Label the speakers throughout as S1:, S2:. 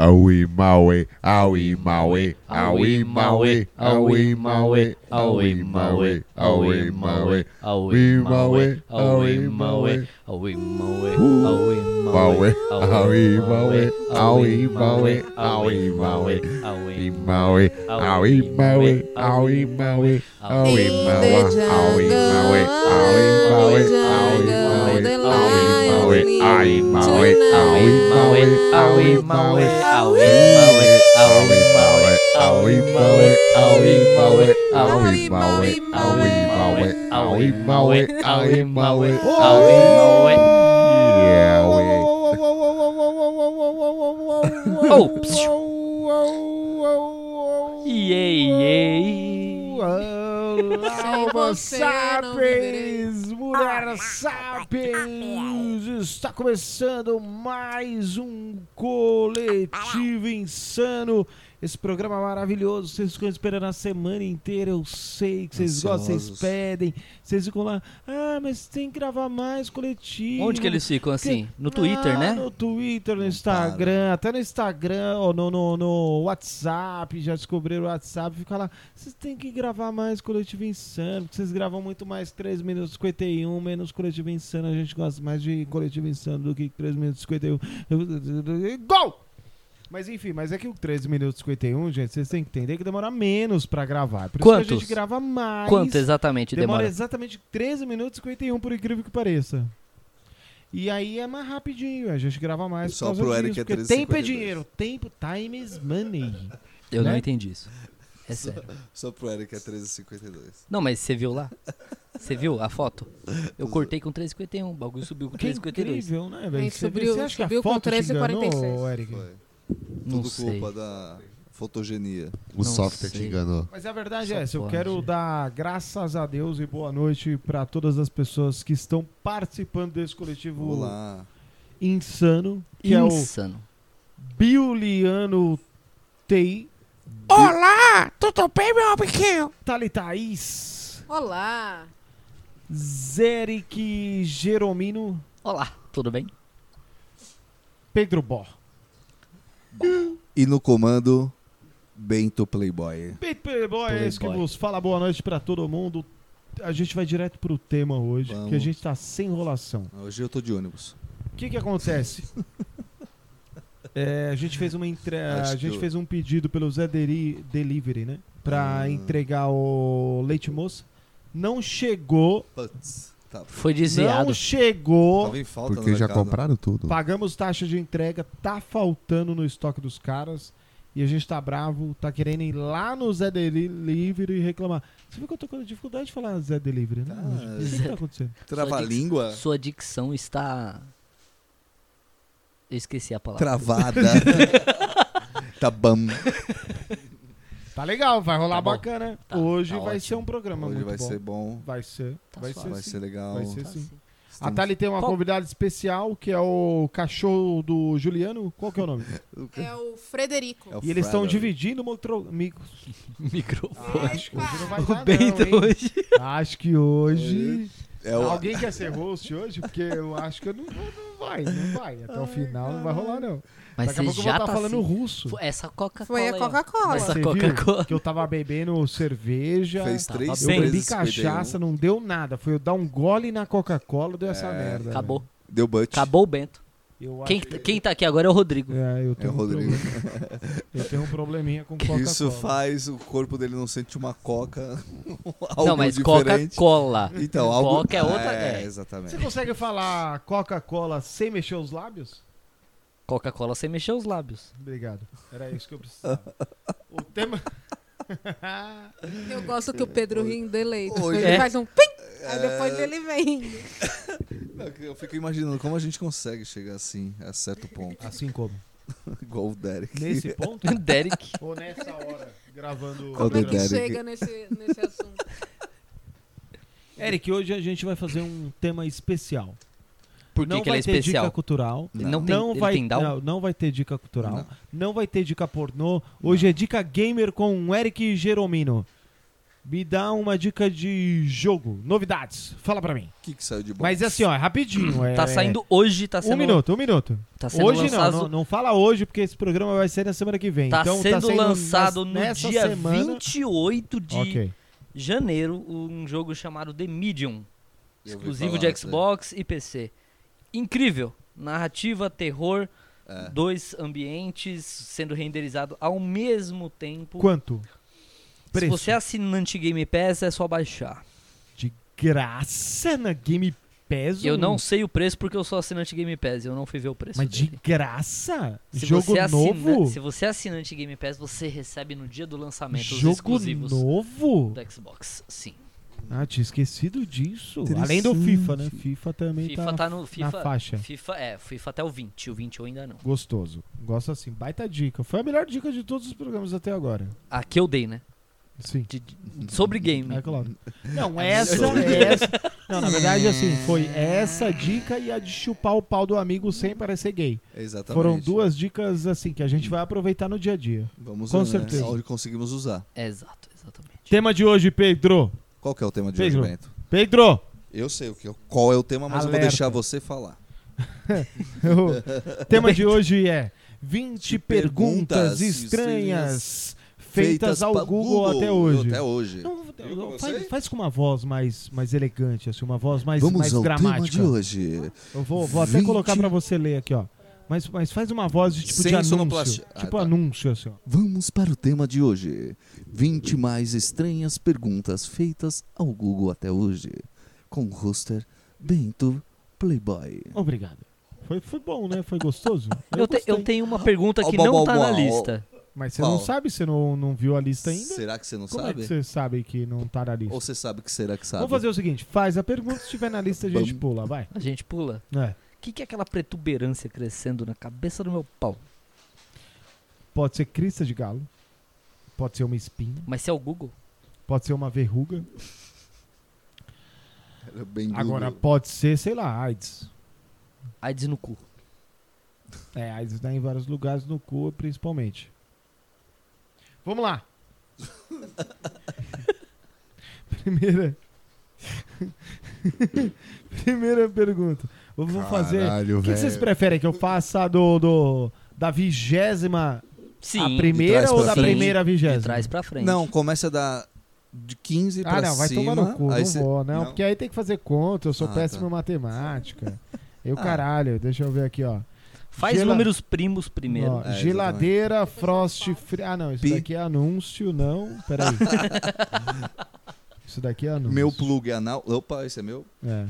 S1: Aui Maui, Aui Maui, Aui Maui, Aui Maui, Aui Maui, Aui Maui, Aui Maui,
S2: Aui
S1: Aui Maui,
S2: Maui, Aui Maui,
S1: Maui, Aui Maui, Aui Maui, Aui
S2: Aui
S1: Maui,
S2: Maui,
S1: Aui
S2: Aui
S1: Maui, Aui Maui, Aui Maui, Aui Maui, Aui Maui, Aui Maui, Aui Maui, Aui Maui, Aui Maui, Aui Maui, Aui Maui, Olá, homo sapiens, mulher sapiens, está começando mais um Coletivo Insano, esse programa maravilhoso, vocês ficam esperando a semana inteira, eu sei que vocês gostam, vocês
S2: Ansiosos.
S1: pedem, vocês ficam lá, ah, mas tem que gravar mais coletivo.
S2: Onde que eles ficam assim? No Twitter,
S1: Ah,
S2: né?
S1: No Twitter, no Instagram, até no Instagram, ou no, no, no WhatsApp, já descobriram o WhatsApp, fica lá. Vocês têm que gravar mais Coletivo Insano, porque vocês gravam muito mais 3 minutos e 51, menos Coletivo Insano. A gente gosta mais de Coletivo Insano do que 3 minutos e 51. Gol! Mas enfim, mas é que o 13 minutos e 51, gente, vocês têm que entender que demora menos pra gravar. é Por isso que a
S2: Quantos?
S1: gente grava mais.
S2: Quanto exatamente
S1: Demora
S2: demora?
S1: exatamente 13 minutos e 51, por incrível que pareça. E aí é mais rapidinho, a gente grava mais. por
S3: Só
S1: causa
S3: pro Eric
S1: disso,
S3: é
S1: porque
S3: 13 e
S1: tempo é
S3: 52.
S1: dinheiro. Tempo, time is money.
S2: Eu não
S1: né?
S2: entendi isso. É sério.
S3: Só pro Eric é 13,52.
S2: Não, mas você viu lá? Você viu a foto? Eu cortei com 3,51, o bagulho subiu com
S1: Que
S2: 3,52.
S1: incrível, né, velho?
S4: Aí
S1: Você
S4: subiu-
S1: você acha que a
S4: subiu com
S1: foto te
S4: 13,46.
S1: enganou, Eric?
S3: Foi.
S2: Não
S3: Tudo
S2: sei.
S3: culpa da fotogenia.
S1: Não
S2: Não
S1: O software
S2: sei.
S1: te enganou. Mas a verdade é
S2: Só
S1: essa, eu
S2: pode.
S1: quero dar graças a Deus e boa noite pra todas as pessoas que estão participando desse coletivo
S3: Olá.
S1: insano, que
S2: é Insano.
S1: é o Biliano TI,
S5: Olá, tudo bem, meu amiguinho?
S1: Tali Thaís,
S4: Olá!
S1: Zeric Jeromino
S2: Olá, tudo bem?
S1: Pedro Bó.
S3: E no comando, Bento Playboy.
S1: Pedro Playboy é esse que
S2: Playboy.
S1: vos fala. Boa noite pra todo mundo. A gente vai direto pro tema hoje,
S3: Vamos.
S1: que a gente tá sem enrolação.
S3: Hoje eu tô de ônibus.
S1: O que que acontece? É, a gente fez uma entre...
S3: Acho
S1: a
S3: que
S1: gente
S3: eu-
S1: fez um pedido pelo Zé Deri- Delivery, né? Pra
S3: Ah.
S1: entregar o leite moça. Não chegou,
S3: Putz. Tá,
S2: Foi desviado.
S1: não chegou.
S3: tava em falta
S5: Porque
S3: no
S5: já
S3: mercado.
S5: compraram tudo.
S1: Pagamos taxa de entrega, tá faltando no estoque dos caras. E a gente tá bravo, tá querendo ir lá no Zé Delivery e reclamar. Você viu que eu tô com dificuldade de falar Zé Delivery, né?
S3: Ah,
S1: hoje? o que, que tá acontecendo?
S3: Trava a
S2: Só de-
S3: língua
S2: Sua dicção está. Eu esqueci a palavra.
S3: travada. tá bom.
S1: Tá legal, vai rolar
S2: Tá bom.
S1: bacana.
S2: Tá,
S1: Hoje
S2: tá
S1: vai
S2: ótimo.
S1: ser um programa
S3: Hoje
S1: muito
S3: vai
S1: bom.
S3: ser bom.
S1: Vai ser,
S2: Tá
S1: vai
S2: suave.
S1: ser,
S3: Vai
S1: sim.
S3: ser legal.
S1: Vai
S2: Tá
S1: ser sim.
S2: assim.
S1: A
S3: Estamos-
S1: Thali tem uma
S2: Qual-
S1: convidada especial, que é o cachorro do Juliano. Qual que é o nome?
S4: É o Frederico.
S3: É o
S1: e eles estão
S3: Frederick.
S1: dividindo o motro... mico.
S2: Microfone.
S1: Acho que hoje não vai
S2: o
S1: dar,
S2: Bento
S1: não, hein?
S2: hoje.
S1: Acho que hoje...
S3: É o...
S1: Alguém quer ser host hoje? Porque eu acho que eu não, vou- não vai, não vai. Até o final não vai rolar, não.
S2: Mas
S1: Daqui a
S2: você
S1: pouco eu vou
S2: já
S1: estar
S2: tá
S1: falando
S2: assim.
S1: russo.
S2: Foi Essa Coca-Cola.
S4: Foi
S2: aí,
S4: a
S2: ó.
S4: Coca-Cola.
S2: Essa
S1: Você
S2: Coca-Cola.
S1: viu que eu tava bebendo cerveja.
S3: Fez três
S2: Tá,
S1: Eu
S2: Sim.
S1: bebi
S3: 3,51.
S1: cachaça, não deu nada. Foi eu dar um gole na Coca-Cola, deu
S3: É,
S1: essa merda.
S2: Acabou.
S3: um. Deu but.
S2: Acabou o Bento.
S1: velho. Eu
S2: Quem,
S1: acho que-
S2: quem tá aqui agora é o Rodrigo.
S1: É, eu
S3: É o
S1: tenho, um
S3: Rodrigo.
S1: problema- eu tenho um probleminha com Coca-Cola.
S3: Isso faz o corpo dele não sente uma coca. algo
S2: Não, mas
S3: diferente.
S2: Coca-Cola.
S3: Então, algo...
S2: Coca é outra- é.
S1: Você
S3: exatamente.
S1: consegue falar Coca-Cola sem mexer os lábios?
S2: Coca-Cola sem mexer os lábios.
S1: Obrigado. Era isso que eu precisava. O tema.
S4: Eu gosto que o Pedro ri em deleite.
S3: Hoje-
S4: Ele
S2: É.
S4: faz um pim, aí depois ele vem.
S3: Não, que Eu fico imaginando como a gente consegue chegar assim, a certo ponto.
S1: Assim como?
S3: Igual o Derek.
S1: Nesse ponto?
S2: Derek.
S1: Ou nessa hora, gravando.
S3: Qual
S4: Como é
S3: do
S4: que
S3: Derek?
S4: chega nesse, nesse assunto?
S1: Eric, hoje a gente vai fazer um tema especial.
S2: Por que,
S1: não
S2: que
S1: vai
S2: ele é
S1: ter
S2: especial?
S1: dica cultural.
S2: Ele não,
S3: Não.
S2: tem,
S1: não,
S2: ele
S1: vai,
S2: tem down?
S1: não, não vai ter dica cultural. Não,
S3: Não.
S1: vai ter dica pornô. Hoje é dica gamer com o Eric Jeromino. Me dá uma dica de jogo, novidades. Fala pra mim.
S3: O que, que saiu de bom?
S1: Mas assim, ó, é rapidinho. é-
S2: Tá saindo hoje, tá sendo.
S1: Um minuto, um minuto.
S2: Tá sendo
S1: Hoje não,
S2: lançado.
S1: não, não fala hoje, porque esse programa vai ser na semana que vem.
S2: Tá,
S1: então,
S2: sendo
S1: tá sendo
S2: lançado
S1: nes-
S2: no
S1: nessa
S2: dia
S1: semana.
S2: 28 de
S1: Ok.
S2: janeiro um jogo chamado The Medium,
S3: Eu ouvi
S2: exclusivo
S3: falar,
S2: de Xbox e PC. Incrível! Narrativa, terror,
S3: É.
S2: dois ambientes sendo renderizado ao mesmo tempo.
S1: Quanto?
S2: Se
S1: Preço.
S2: você é assinante Game Pass, é só baixar.
S1: De graça na Game Pass?
S2: Eu
S1: um-
S2: não sei o preço porque eu sou assinante Game Pass, eu não fui ver o preço.
S1: Mas de
S2: dele.
S1: graça?
S2: Se
S1: jogo
S2: você é assina-
S1: novo?
S2: Se você é assinante Game Pass, você recebe no dia do lançamento
S1: Jogo
S2: os exclusivos
S1: novo?
S2: do Xbox. Sim.
S1: Ah, tinha esquecido disso. Além do FIFA, né? FIFA também
S2: FIFA
S1: tá,
S2: tá no
S1: na
S2: FIFA.
S1: faixa.
S2: FIFA é, FIFA até o 20, o 20 eu ainda não.
S1: Gostoso. Gosto assim. Baita dica. Foi a melhor dica de todos os programas até agora.
S2: A que eu dei, né?
S1: Sim.
S2: De- de- sobre game. é
S1: É claro. Não, essa, é
S3: Sobre.
S1: essa. Não, na verdade, assim, foi essa dica e a de chupar o pau do amigo sem parecer gay.
S3: Exatamente.
S1: Foram duas dicas, assim, que a gente vai aproveitar no dia a dia.
S3: Vamos
S1: Com
S3: ver,
S1: certeza.
S3: Né? Onde conseguimos usar.
S2: Exato, exatamente.
S1: Tema de hoje, Pedro.
S3: Qual que é o tema de
S1: Pedro.
S3: hoje, Bento?
S1: Pedro!
S3: Eu sei o que, qual é o tema, mas eu vou
S1: Alerta.
S3: deixar você falar.
S1: O tema de hoje é 20 perguntas
S3: Perguntas
S1: estranhas feitas ao
S3: pa-
S1: Google até hoje. Então,
S3: Até hoje.
S1: Não,
S3: Viu com
S1: faz,
S3: você?
S1: faz com uma voz mais, mais elegante, assim, uma voz mais, mais
S3: tema
S1: gramática.
S3: de hoje.
S1: Eu vou, vou até
S3: 20
S1: colocar pra você ler aqui, ó. Mas, mas faz uma voz de tipo
S3: Sem
S1: de anúncio.
S3: sonoplastia. Ah,
S1: tipo
S3: tá.
S1: anúncio, assim, ó.
S3: Vamos para o tema de hoje. 20 mais estranhas perguntas feitas ao Google até hoje. Com o roster Bento Playboy.
S1: Obrigado. Foi, foi bom, né? Foi gostoso.
S2: Eu, te- eu
S1: gostei.
S2: tenho uma pergunta que
S3: Ó,
S2: não
S3: ó,
S2: tá
S3: ó,
S2: na
S3: ó.
S2: lista.
S1: Mas você não
S3: Qual?
S1: sabe, você não, não viu a lista ainda?
S3: Será que você não
S1: Como é
S3: sabe?
S1: que você sabe que não tá na lista?
S3: Ou você sabe que será
S6: Tá,
S3: que sabe?
S1: Vamos fazer o seguinte, faz a pergunta, se tiver na lista a gente
S3: Vamos.
S1: pula, vai.
S2: A gente pula.
S1: É.
S2: O que, que é aquela protuberância crescendo na cabeça do meu pau?
S1: Pode ser crista de galo. Pode ser uma espinha.
S2: Mas se é o Google?
S1: Pode ser uma verruga.
S3: Era
S6: Hum.
S3: bem Google.
S1: Agora pode ser, sei lá, AIDS.
S2: AIDS no cu.
S1: É, AIDS dá em vários lugares, no cu principalmente. Vamos lá. Primeira. Primeira pergunta. Eu vou fazer.
S6: Caralho,
S1: O que que vocês
S6: velho.
S1: preferem que eu faça a do, do da vigésima
S2: Sim.
S1: a primeira
S3: trás
S1: ou
S3: pra
S1: da
S2: frente.
S1: primeira à
S2: de
S1: vigésima?
S2: trás pra frente.
S3: Não, começa da de 15 pra
S1: Ah, não, vai tomar
S3: cima.
S1: no cu,
S3: aí
S1: não
S3: cê-
S1: vou, não,
S3: não?
S1: porque aí tem que fazer conta, eu sou
S3: Ah,
S1: péssimo
S3: tá.
S1: em matemática. Eu,
S3: Ah.
S1: caralho, deixa eu ver aqui, ó.
S2: Faz
S1: Gela-
S2: números primos primeiro.
S1: Ó,
S3: É,
S1: geladeira, frost free. Ah, não, isso
S3: Pi.
S1: daqui é anúncio, não. Peraí. isso daqui é anúncio.
S3: Meu plug anal. Opa, esse é meu.
S1: É.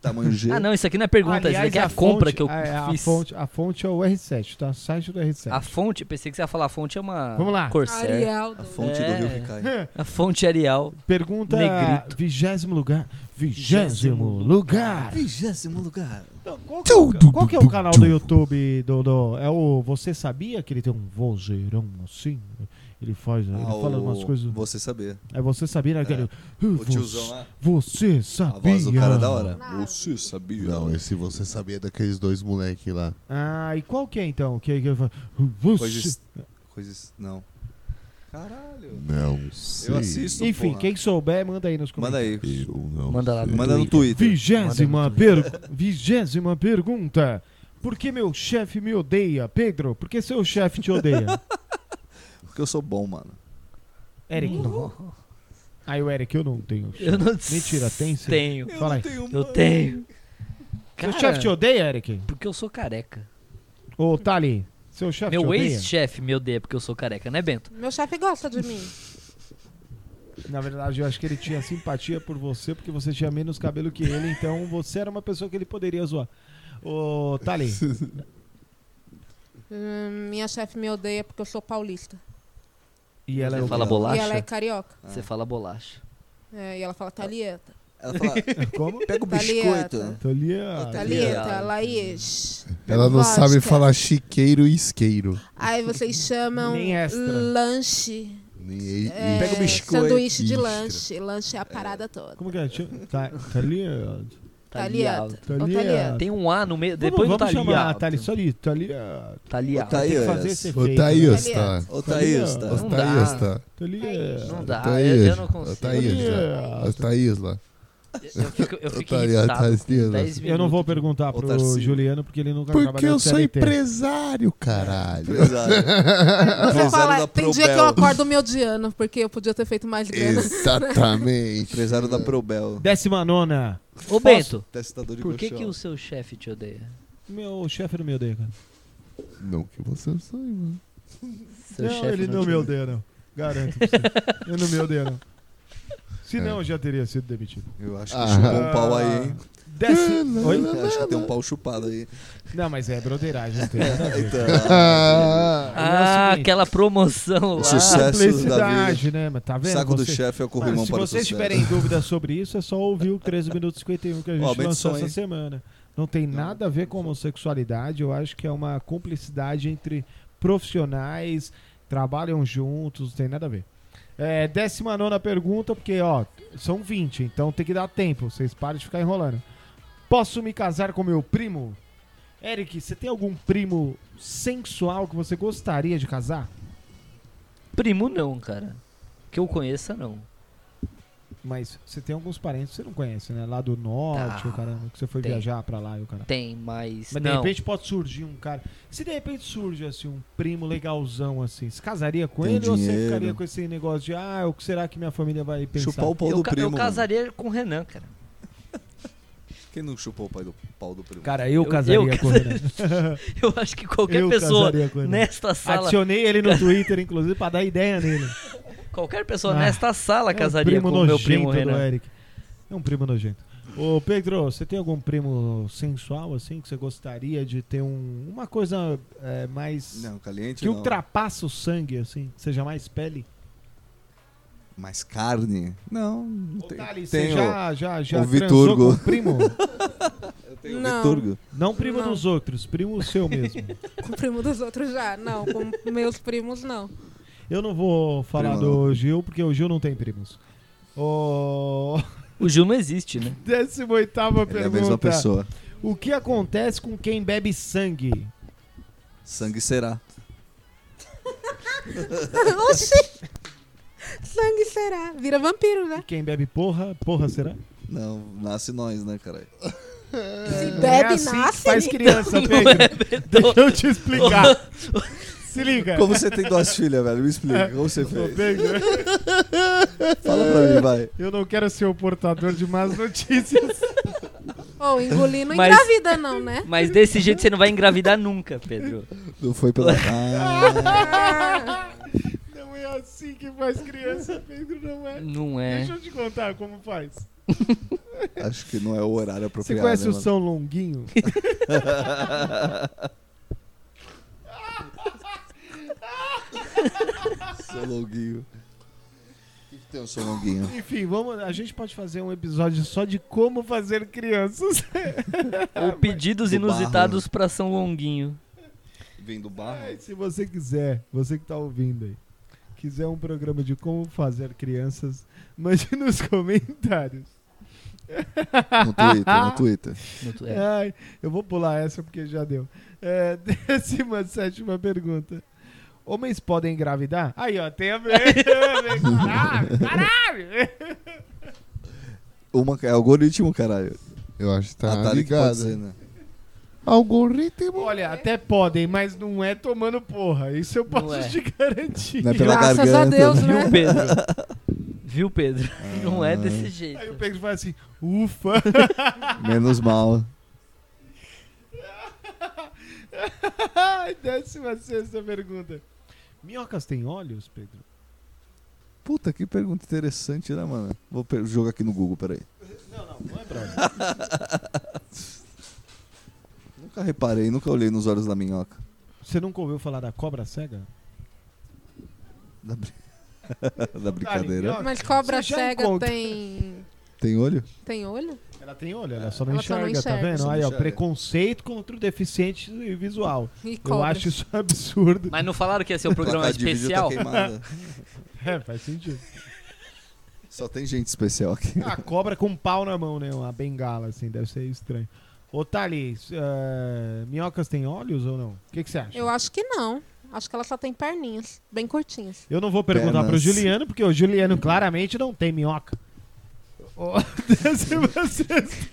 S3: Tamanho G.
S2: Ah, não, isso aqui não é pergunta,
S1: Aliás,
S2: isso daqui é a, compra
S1: fonte-
S2: que eu
S1: é, a,
S2: fiz.
S1: fonte, a fonte é o R7, tá? Site do R7.
S2: A fonte, pensei que você ia falar, a fonte é uma
S1: Vamos lá.
S2: Corsair.
S4: Ariel.
S3: A
S4: do-
S3: fonte
S2: É.
S3: do rio que cai.
S2: A fonte Arial.
S1: Pergunta
S2: Negrito.
S1: vigésimo lugar. Vigésimo
S2: Vigésimo
S1: lugar.
S3: Vigésimo lugar.
S1: Então, qual, que é o, qual que é o canal do YouTube do, do- é o você sabia que ele tem um vozeirão assim? Ele faz, ele
S3: Ah,
S1: fala
S3: o-
S1: umas coisas.
S3: Você saber.
S1: É você sabia aquele.
S3: O tiozão lá.
S1: Você
S3: A
S1: sabia?
S3: voz do cara é da hora. Você sabia.
S6: Não, esse você sabia daqueles dois moleque lá.
S1: Ah, e qual que é então? Que que eu falo? Você-
S3: Coisas. Coisas. Não. Caralho.
S6: Não sei.
S3: Eu assisto.
S1: Enfim,
S3: porra.
S1: quem souber, manda aí nos
S3: Manda
S1: comentários.
S3: aí.
S6: Eu não
S2: Manda lá
S6: sei.
S3: Manda no Twitter.
S1: Vigésima,
S2: Manda
S1: per... Vigésima pergunta. Por que meu chefe me odeia, Pedro? Por que seu chefe te odeia?
S3: Porque eu sou bom, mano.
S1: Eric, não. Aí o Eric, eu não tenho.
S2: Eu não
S1: Mentira, tem sim.
S2: Tenho.
S1: Fala aí.
S2: Eu tenho.
S1: Seu
S2: Cara,
S1: chefe te odeia, Eric?
S2: porque eu sou careca.
S1: Ô, Tali, seu chefe Tá, te
S2: Meu
S1: odeia?
S2: ex-chefe me odeia porque eu sou careca, né, Bento?
S4: Meu chefe gosta de mim.
S1: Na verdade, eu acho que ele tinha simpatia por você porque você tinha menos cabelo que ele, então você era uma pessoa que ele poderia zoar. Ô, Tali,
S4: Hum, minha chefe me odeia porque eu sou paulista.
S1: e ela é
S2: Você
S1: o
S2: fala
S1: quê?
S4: E ela é
S2: bolacha?
S4: carioca.
S2: Você fala bolacha.
S4: É, e ela fala Talieta.
S3: Ela fala,
S1: Como?
S3: pega o
S4: Talieta.
S3: biscoito.
S1: Tali,
S4: Talieta, Laís.
S6: Ela não
S4: Vodka.
S6: sabe
S2: é.
S6: falar chiqueiro e isqueiro.
S4: Aí vocês chamam
S1: Nem extra.
S4: lanche.
S6: Nem-
S4: é,
S3: Pega o biscoito.
S4: Sanduíche de
S6: Extra.
S4: lanche. Lanche é a parada toda.
S1: como que é? Tio- Ta- Tali,
S4: Taliato. Ô,
S1: Taliato.
S4: Taliato.
S2: Tá Tem um A no meio,
S1: Vamos-
S2: depois do
S1: vamos chamar
S2: Taliato.
S1: Thali, só ali, Thalia.
S2: Taliato.
S3: Tá aí,
S1: Tem que
S3: ó.
S1: fazer esse
S6: Ô,
S1: efeito. né?
S6: Thaís, tá?
S4: Taliato.
S3: Ô, Thaís, tá?
S2: Não
S6: Ô,
S2: dá.
S6: Thaís, tá?
S1: Thalia.
S2: Não dá,
S6: Tá aí,
S2: eu, eu não
S6: Ô,
S2: consigo.
S6: Thaís, tá? Ô, Thaís, lá.
S2: Eu fico, eu fico
S6: Thaís,
S2: irritado.
S6: Thaís, Thaís, lá.
S2: 10
S1: Eu não vou perguntar
S3: Ô,
S1: pro
S3: Tarcísio.
S1: Juliano porque ele nunca
S6: Porque
S1: trabalhou
S6: eu sou
S1: CLT.
S6: empresário, caralho.
S3: Empresário.
S4: Você
S3: Empresário da
S4: fala, tem dia que eu
S3: Probel.
S4: acordo me odiando, porque eu podia ter feito mais grana.
S6: Exatamente.
S3: Empresário da Probel.
S1: Décima nona.
S2: Ô, Bento,
S3: Testador de
S2: por que, que
S3: colchão.
S2: o seu chefe te odeia?
S1: Meu chefe não me odeia, cara.
S6: Não que você saiba.
S2: Seu
S1: não,
S2: chefe
S1: ele não,
S2: te
S1: me odeia, não. Garanto pra você. ele não me odeia, não. Se não, eu já teria sido demitido. Ah,
S3: Eu acho que
S6: Ah.
S3: chupou um pau aí, hein?
S1: Desce... Oi?
S3: Eu acho que tem um pau chupado aí.
S1: Não, mas é broderagem, não tem nada a ver. Tá
S6: Ah,
S1: Aí é o
S2: Ah,
S1: seguinte. é
S2: aquela promoção lá.
S3: Sucesso. da
S1: Simplicidade, Ah, né? Mas tá vendo?
S3: Saco do
S1: Você-
S3: chefe é o
S1: Mano,
S3: corrimão
S1: se
S3: para o
S1: vocês
S3: sucesso.
S1: tiverem dúvida sobre isso, é só ouvir o 13 minutos 51 que a gente
S3: Ó, aumenta o
S1: lançou
S3: som,
S1: essa
S3: hein?
S1: semana. Não tem nada a ver com homossexualidade, eu acho que é uma cumplicidade entre profissionais, trabalham juntos, não tem nada a ver. É, décima nona pergunta, porque ó, são 20, então tem que dar tempo, vocês parem de ficar enrolando. Posso me casar com meu primo? Eric, você tem algum primo sensual que você gostaria de casar?
S2: Primo não, cara. Que eu conheça, não.
S1: Mas você tem alguns parentes que você não conhece, né? Lá do norte,
S2: Tá.
S1: o caramba, que você foi
S2: Tem.
S1: viajar pra lá e o caramba.
S2: Tem, mas,
S1: Mas de
S2: não.
S1: repente pode surgir um cara. Se de repente surge assim um primo legalzão assim, se casaria com
S3: Tem
S1: ele ou você
S3: dinheiro.
S1: ficaria com esse negócio de ah, o que será que minha família vai pensar?
S3: Chupar o pau
S2: eu,
S3: do
S2: ca-
S3: primo.
S2: eu
S3: mano.
S2: casaria com o Renan, cara.
S3: Quem não chupou o pai do pau do primo?
S1: Cara, eu,
S2: Eu-
S1: casaria
S2: eu
S1: com ele. né?
S2: Eu acho que qualquer
S1: eu
S2: pessoa
S1: casaria com ele.
S2: nesta sala,
S1: Adicionei ele no Twitter, inclusive, pra dar ideia nele.
S2: qualquer pessoa
S1: Ah,
S2: nesta sala
S1: É um
S2: casaria com o meu primo
S1: nojento do
S2: Renan.
S1: Eric. É um primo nojento. Ô, Pedro, você tem algum primo sensual, assim, que você gostaria de ter um, uma coisa é, mais.
S3: Não, caliente
S1: Que um
S3: não.
S1: ultrapassa o sangue, assim, que seja mais pele.
S3: Mais carne? Não, não
S1: Ô,
S3: tem.
S1: Thales, você
S3: tem o,
S1: já, já, já
S3: o
S1: transou
S3: Viturgo.
S1: com o primo?
S3: eu tenho o
S4: Não.
S3: Vitorgo.
S1: Não primo
S4: Não.
S1: dos outros, primo seu mesmo.
S4: Com o primo dos outros já. Não, com meus primos não.
S1: Eu não vou falar
S3: Primo
S1: do Gil, porque o Gil não tem primos. Ô,
S2: O Gil não existe, né?
S1: 18 pergunta.
S3: Ele é a mesma pessoa.
S1: O que acontece com quem bebe sangue?
S3: Sangue será.
S4: Oxi! Sangue será. Vira vampiro, né?
S1: Quem bebe porra, porra será?
S3: Não, nasce nós, né, cara?
S4: Se
S1: Não
S4: bebe,
S1: é assim que
S4: nasce.
S1: faz criança, Pedro.
S2: é
S1: Deixa eu te explicar. Se liga.
S3: Como você tem duas filhas, velho? Me explica, como você
S1: Ô,
S3: fez?
S1: Pedro,
S3: Fala
S1: é.
S3: pra mim, vai.
S1: eu não quero ser o portador de más notícias.
S4: Ou engolir não
S2: Mas-
S4: engravida, não, né?
S2: Mas desse jeito você não vai engravidar nunca, Pedro.
S3: Não foi pela. Ah,
S1: Não é assim que faz criança, Pedro, não é.
S2: Não é.
S1: Deixa eu te contar como faz.
S3: acho que não é o horário
S1: Você
S3: apropriado.
S1: conhece
S3: né,
S1: o
S3: mano?
S1: São Longuinho?
S3: Seu longuinho. O que, que tem um o seu longuinho?
S1: Enfim, vamos, a gente pode fazer um episódio só de como fazer crianças.
S2: Ou É pedidos
S3: Do barro,
S2: inusitados pra São Longuinho.
S3: Vem do barro?
S1: Ai, Se você quiser, você que tá ouvindo aí, quiser um programa de como fazer crianças, mande nos comentários.
S3: No Twitter, no Twitter.
S2: No tu- é.
S1: Ai, eu vou pular essa porque já deu. É, décima sétima pergunta. Homens podem engravidar? Aí, ó, tem a ver. Ah, Caralho, caralho!
S3: Uma, é algoritmo, caralho.
S6: eu acho que tá
S3: a Thalita que
S6: ligado.
S3: pode ser, né?
S6: Algoritmo.
S1: Olha, até podem, mas não é tomando porra. Isso eu
S2: Não
S1: posso
S2: é.
S1: te garantir.
S3: Não é pela
S4: Graças
S3: garganta.
S4: a Deus, né?
S2: Viu, Pedro? Viu, Pedro? Não é desse
S1: Aí o
S2: jeito.
S1: Pedro fala assim, ufa.
S3: Menos mal.
S1: Ai, Décima sexta pergunta. Minhocas têm olhos, Pedro?
S3: Puta, que pergunta interessante, né, mano? Vou pe- jogar aqui no Google, peraí.
S1: Não, não, não é brother.
S3: Nunca reparei, nunca olhei nos olhos da minhoca.
S1: Você nunca ouviu falar da cobra cega?
S3: Da, brin- da brincadeira.
S1: Minhoca,
S4: Mas cobra
S1: Você já
S4: cega
S1: encontra-
S4: tem.
S3: Tem olho?
S4: Tem olho?
S1: Ela tem olho, ela só não,
S4: Ela só
S1: enxerga,
S4: não
S1: tá
S4: enxerga.
S1: vendo?
S3: Só não
S1: Aí, ó,
S3: enxerga.
S1: preconceito contra o deficiente visual.
S4: E
S1: Eu
S4: cobra.
S1: acho isso um absurdo. Tá,
S3: tá
S2: Mas não falaram que ia ser um é programa
S3: Placa de vídeo tá
S2: especial?
S3: queimada.
S1: É, faz sentido.
S3: Só tem gente especial aqui.
S1: A cobra com um pau na mão, né? Uma bengala, assim, deve ser estranho. Ô, Thalys, eh, minhocas têm olhos ou não? O que que você acha?
S4: Eu acho que não. Acho que ela só tem perninhas, bem curtinhas.
S1: Eu não vou perguntar
S3: Pernas.
S1: pro Juliano, porque o Juliano claramente não tem minhoca. Ô, se vocês-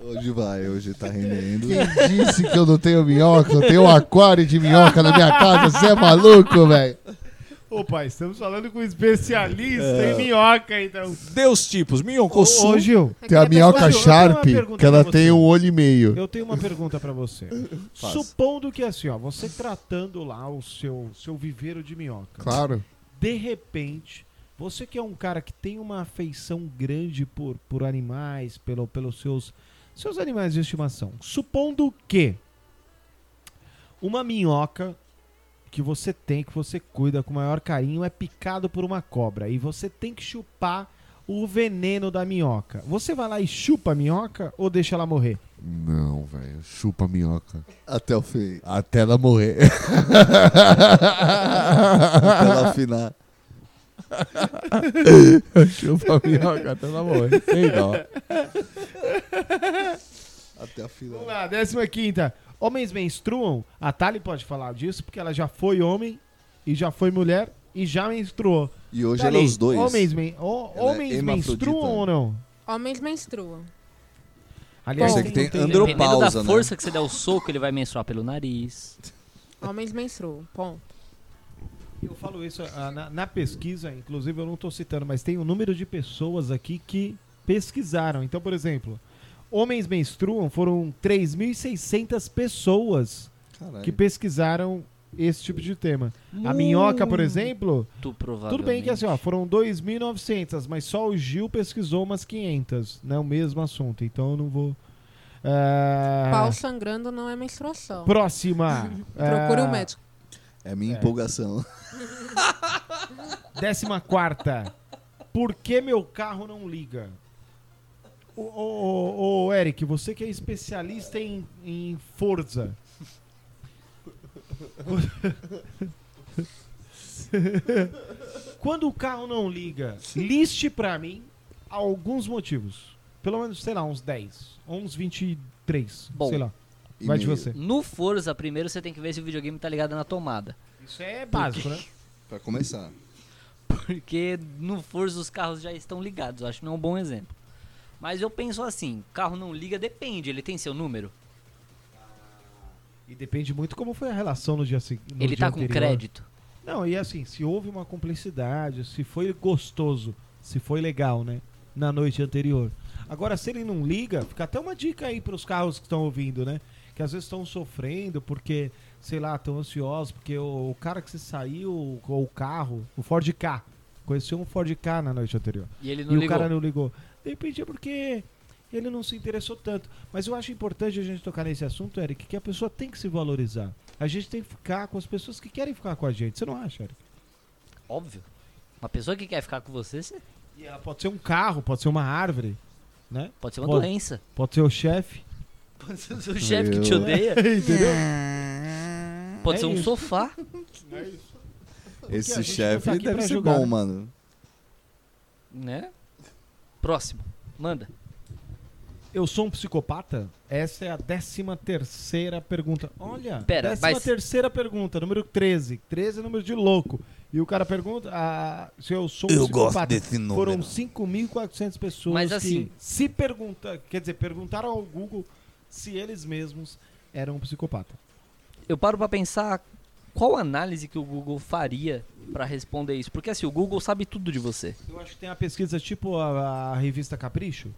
S3: Hoje vai, hoje tá rendendo.
S6: Quem disse que eu não tenho minhoca? Eu tenho um aquário de minhoca na minha casa. Você é maluco, velho?
S1: Opa, estamos falando com um especialista em minhoca, então.
S7: Deus tipos,
S1: É. Ô,
S7: Minhocossu.
S1: ô, Gil,
S4: É que
S6: Tem a
S4: depois
S1: Mas
S6: minhoca
S1: eu- eu tenho uma
S6: Sharp,
S1: pergunta
S6: que ela
S1: pra
S6: tem
S1: você.
S6: um olho e meio.
S1: eu tenho uma pergunta pra você. Supondo que assim, ó, você tratando lá o seu, seu viveiro de minhoca,
S6: Claro.
S1: de repente, você que é um cara que tem uma afeição grande por, por animais, pelo, pelos seus, seus animais de estimação, supondo que uma minhoca que você tem, que você cuida com o maior carinho, é picado por uma cobra e você tem que chupar o veneno da minhoca. Você vai lá e chupa a minhoca ou deixa ela morrer?
S6: Não, velho. Chupa a minhoca.
S3: Até o fim.
S6: Até ela morrer.
S3: Até ela afinar.
S6: Chupa a minhoca até ela morrer. Sem dó.
S3: Até
S1: Vamos
S3: afinar.
S1: lá, décima quinta. Homens menstruam? A Thali pode falar disso, porque ela já foi homem e já foi mulher e já menstruou.
S3: E hoje
S1: Thali,
S3: ela é os dois.
S1: Tá Homens, men- ho-
S3: Ela é
S1: homens
S3: hermafrodita.
S1: menstruam ou não?
S4: Homens menstruam.
S1: Aliás,
S3: Eu sei
S1: não
S3: que tem
S1: né?
S3: andro-
S2: Dependendo da
S3: Andropausa, né?
S2: força que você der o soco, ele vai menstruar pelo nariz.
S4: Homens menstruam. Ponto.
S1: Eu falo isso ah, na, na pesquisa, inclusive eu não estou citando, mas tem um número de pessoas aqui que pesquisaram. Então, por exemplo, homens menstruam foram 3.600 pessoas
S3: Caralho.
S1: que pesquisaram esse tipo de tema. A minhoca,
S3: Hum.
S1: por exemplo,
S2: Tu provavelmente.
S1: Tudo bem que assim, ó, foram 2.900, mas só o Gil pesquisou umas 500, né? O mesmo assunto, então eu não vou... Ah,
S4: Pau sangrando não é menstruação.
S1: Próxima.
S4: Procure
S1: Ah,
S4: um médico.
S3: É minha empolgação.
S1: Décima quarta. Por que meu carro não liga? Ô, ô, ô, ô, Eric, você que é especialista em, em Forza. Quando o carro não liga, liste pra mim alguns motivos. Pelo menos, sei lá, uns 10. Ou uns 23.
S2: Bom.
S1: sei lá.
S3: E
S1: Vai de
S3: meio.
S1: você.
S2: No Forza, primeiro você tem que ver se o videogame tá ligado na tomada.
S1: Isso é básico, né?
S3: Pra começar.
S2: Porque no Forza os carros já estão ligados. Eu acho que não é um bom exemplo. Mas eu penso assim: carro não liga, depende. Ele tem seu número?
S1: E depende muito como foi a relação no dia seguinte.
S2: ele tá com crédito?
S1: Não, e assim, se houve uma cumplicidade, se foi gostoso, se foi legal, né? Na noite anterior. Agora, se ele não liga, fica até uma dica aí pros carros que estão ouvindo, né? Que às vezes estão sofrendo porque, sei lá, estão ansiosos, porque o, o cara que se saiu, ou o carro, o Ford K, conheceu um Ford K na noite anterior.
S2: E ele não
S1: E o
S2: ligou.
S1: cara não ligou. De repente é porque ele não se interessou tanto. Mas eu acho importante a gente tocar nesse assunto, Eric, que a pessoa tem que se valorizar. A gente tem que ficar com as pessoas que querem ficar com a gente. Você não acha, Eric?
S2: Óbvio. Uma pessoa que quer ficar com você, você-
S1: E ela pode ser um carro, pode ser uma árvore, né?
S2: pode ser uma
S1: Pode.
S2: doença.
S1: Pode ser o chefe.
S2: Pode ser o seu chefe que te
S3: Eu-
S2: odeia. Pode
S1: É
S2: ser um
S1: isso.
S2: sofá.
S1: a
S3: Esse
S1: gente não
S3: chefe
S1: tá aqui
S3: deve
S1: pra
S3: ser
S1: julgar,
S3: bom,
S1: né?
S3: mano.
S2: Né? Próximo. Manda.
S1: Eu sou um psicopata? Essa é a décima terceira pergunta. Olha,
S2: Pera,
S1: décima
S2: mas-
S1: terceira pergunta, número 13. 13 é número de louco. E o cara pergunta ah, se eu sou um
S3: Eu gosto
S1: psicopata.
S3: desse
S1: Foram
S3: número.
S1: 5.400 pessoas
S2: Mas
S1: que
S2: assim-
S1: se pergunta, quer dizer, perguntaram ao Google se eles mesmos eram um psicopata.
S2: eu paro pra pensar qual análise que o Google faria pra responder isso. Porque assim, o Google sabe tudo de você.
S1: Eu acho que tem uma pesquisa tipo a, a revista Capricho.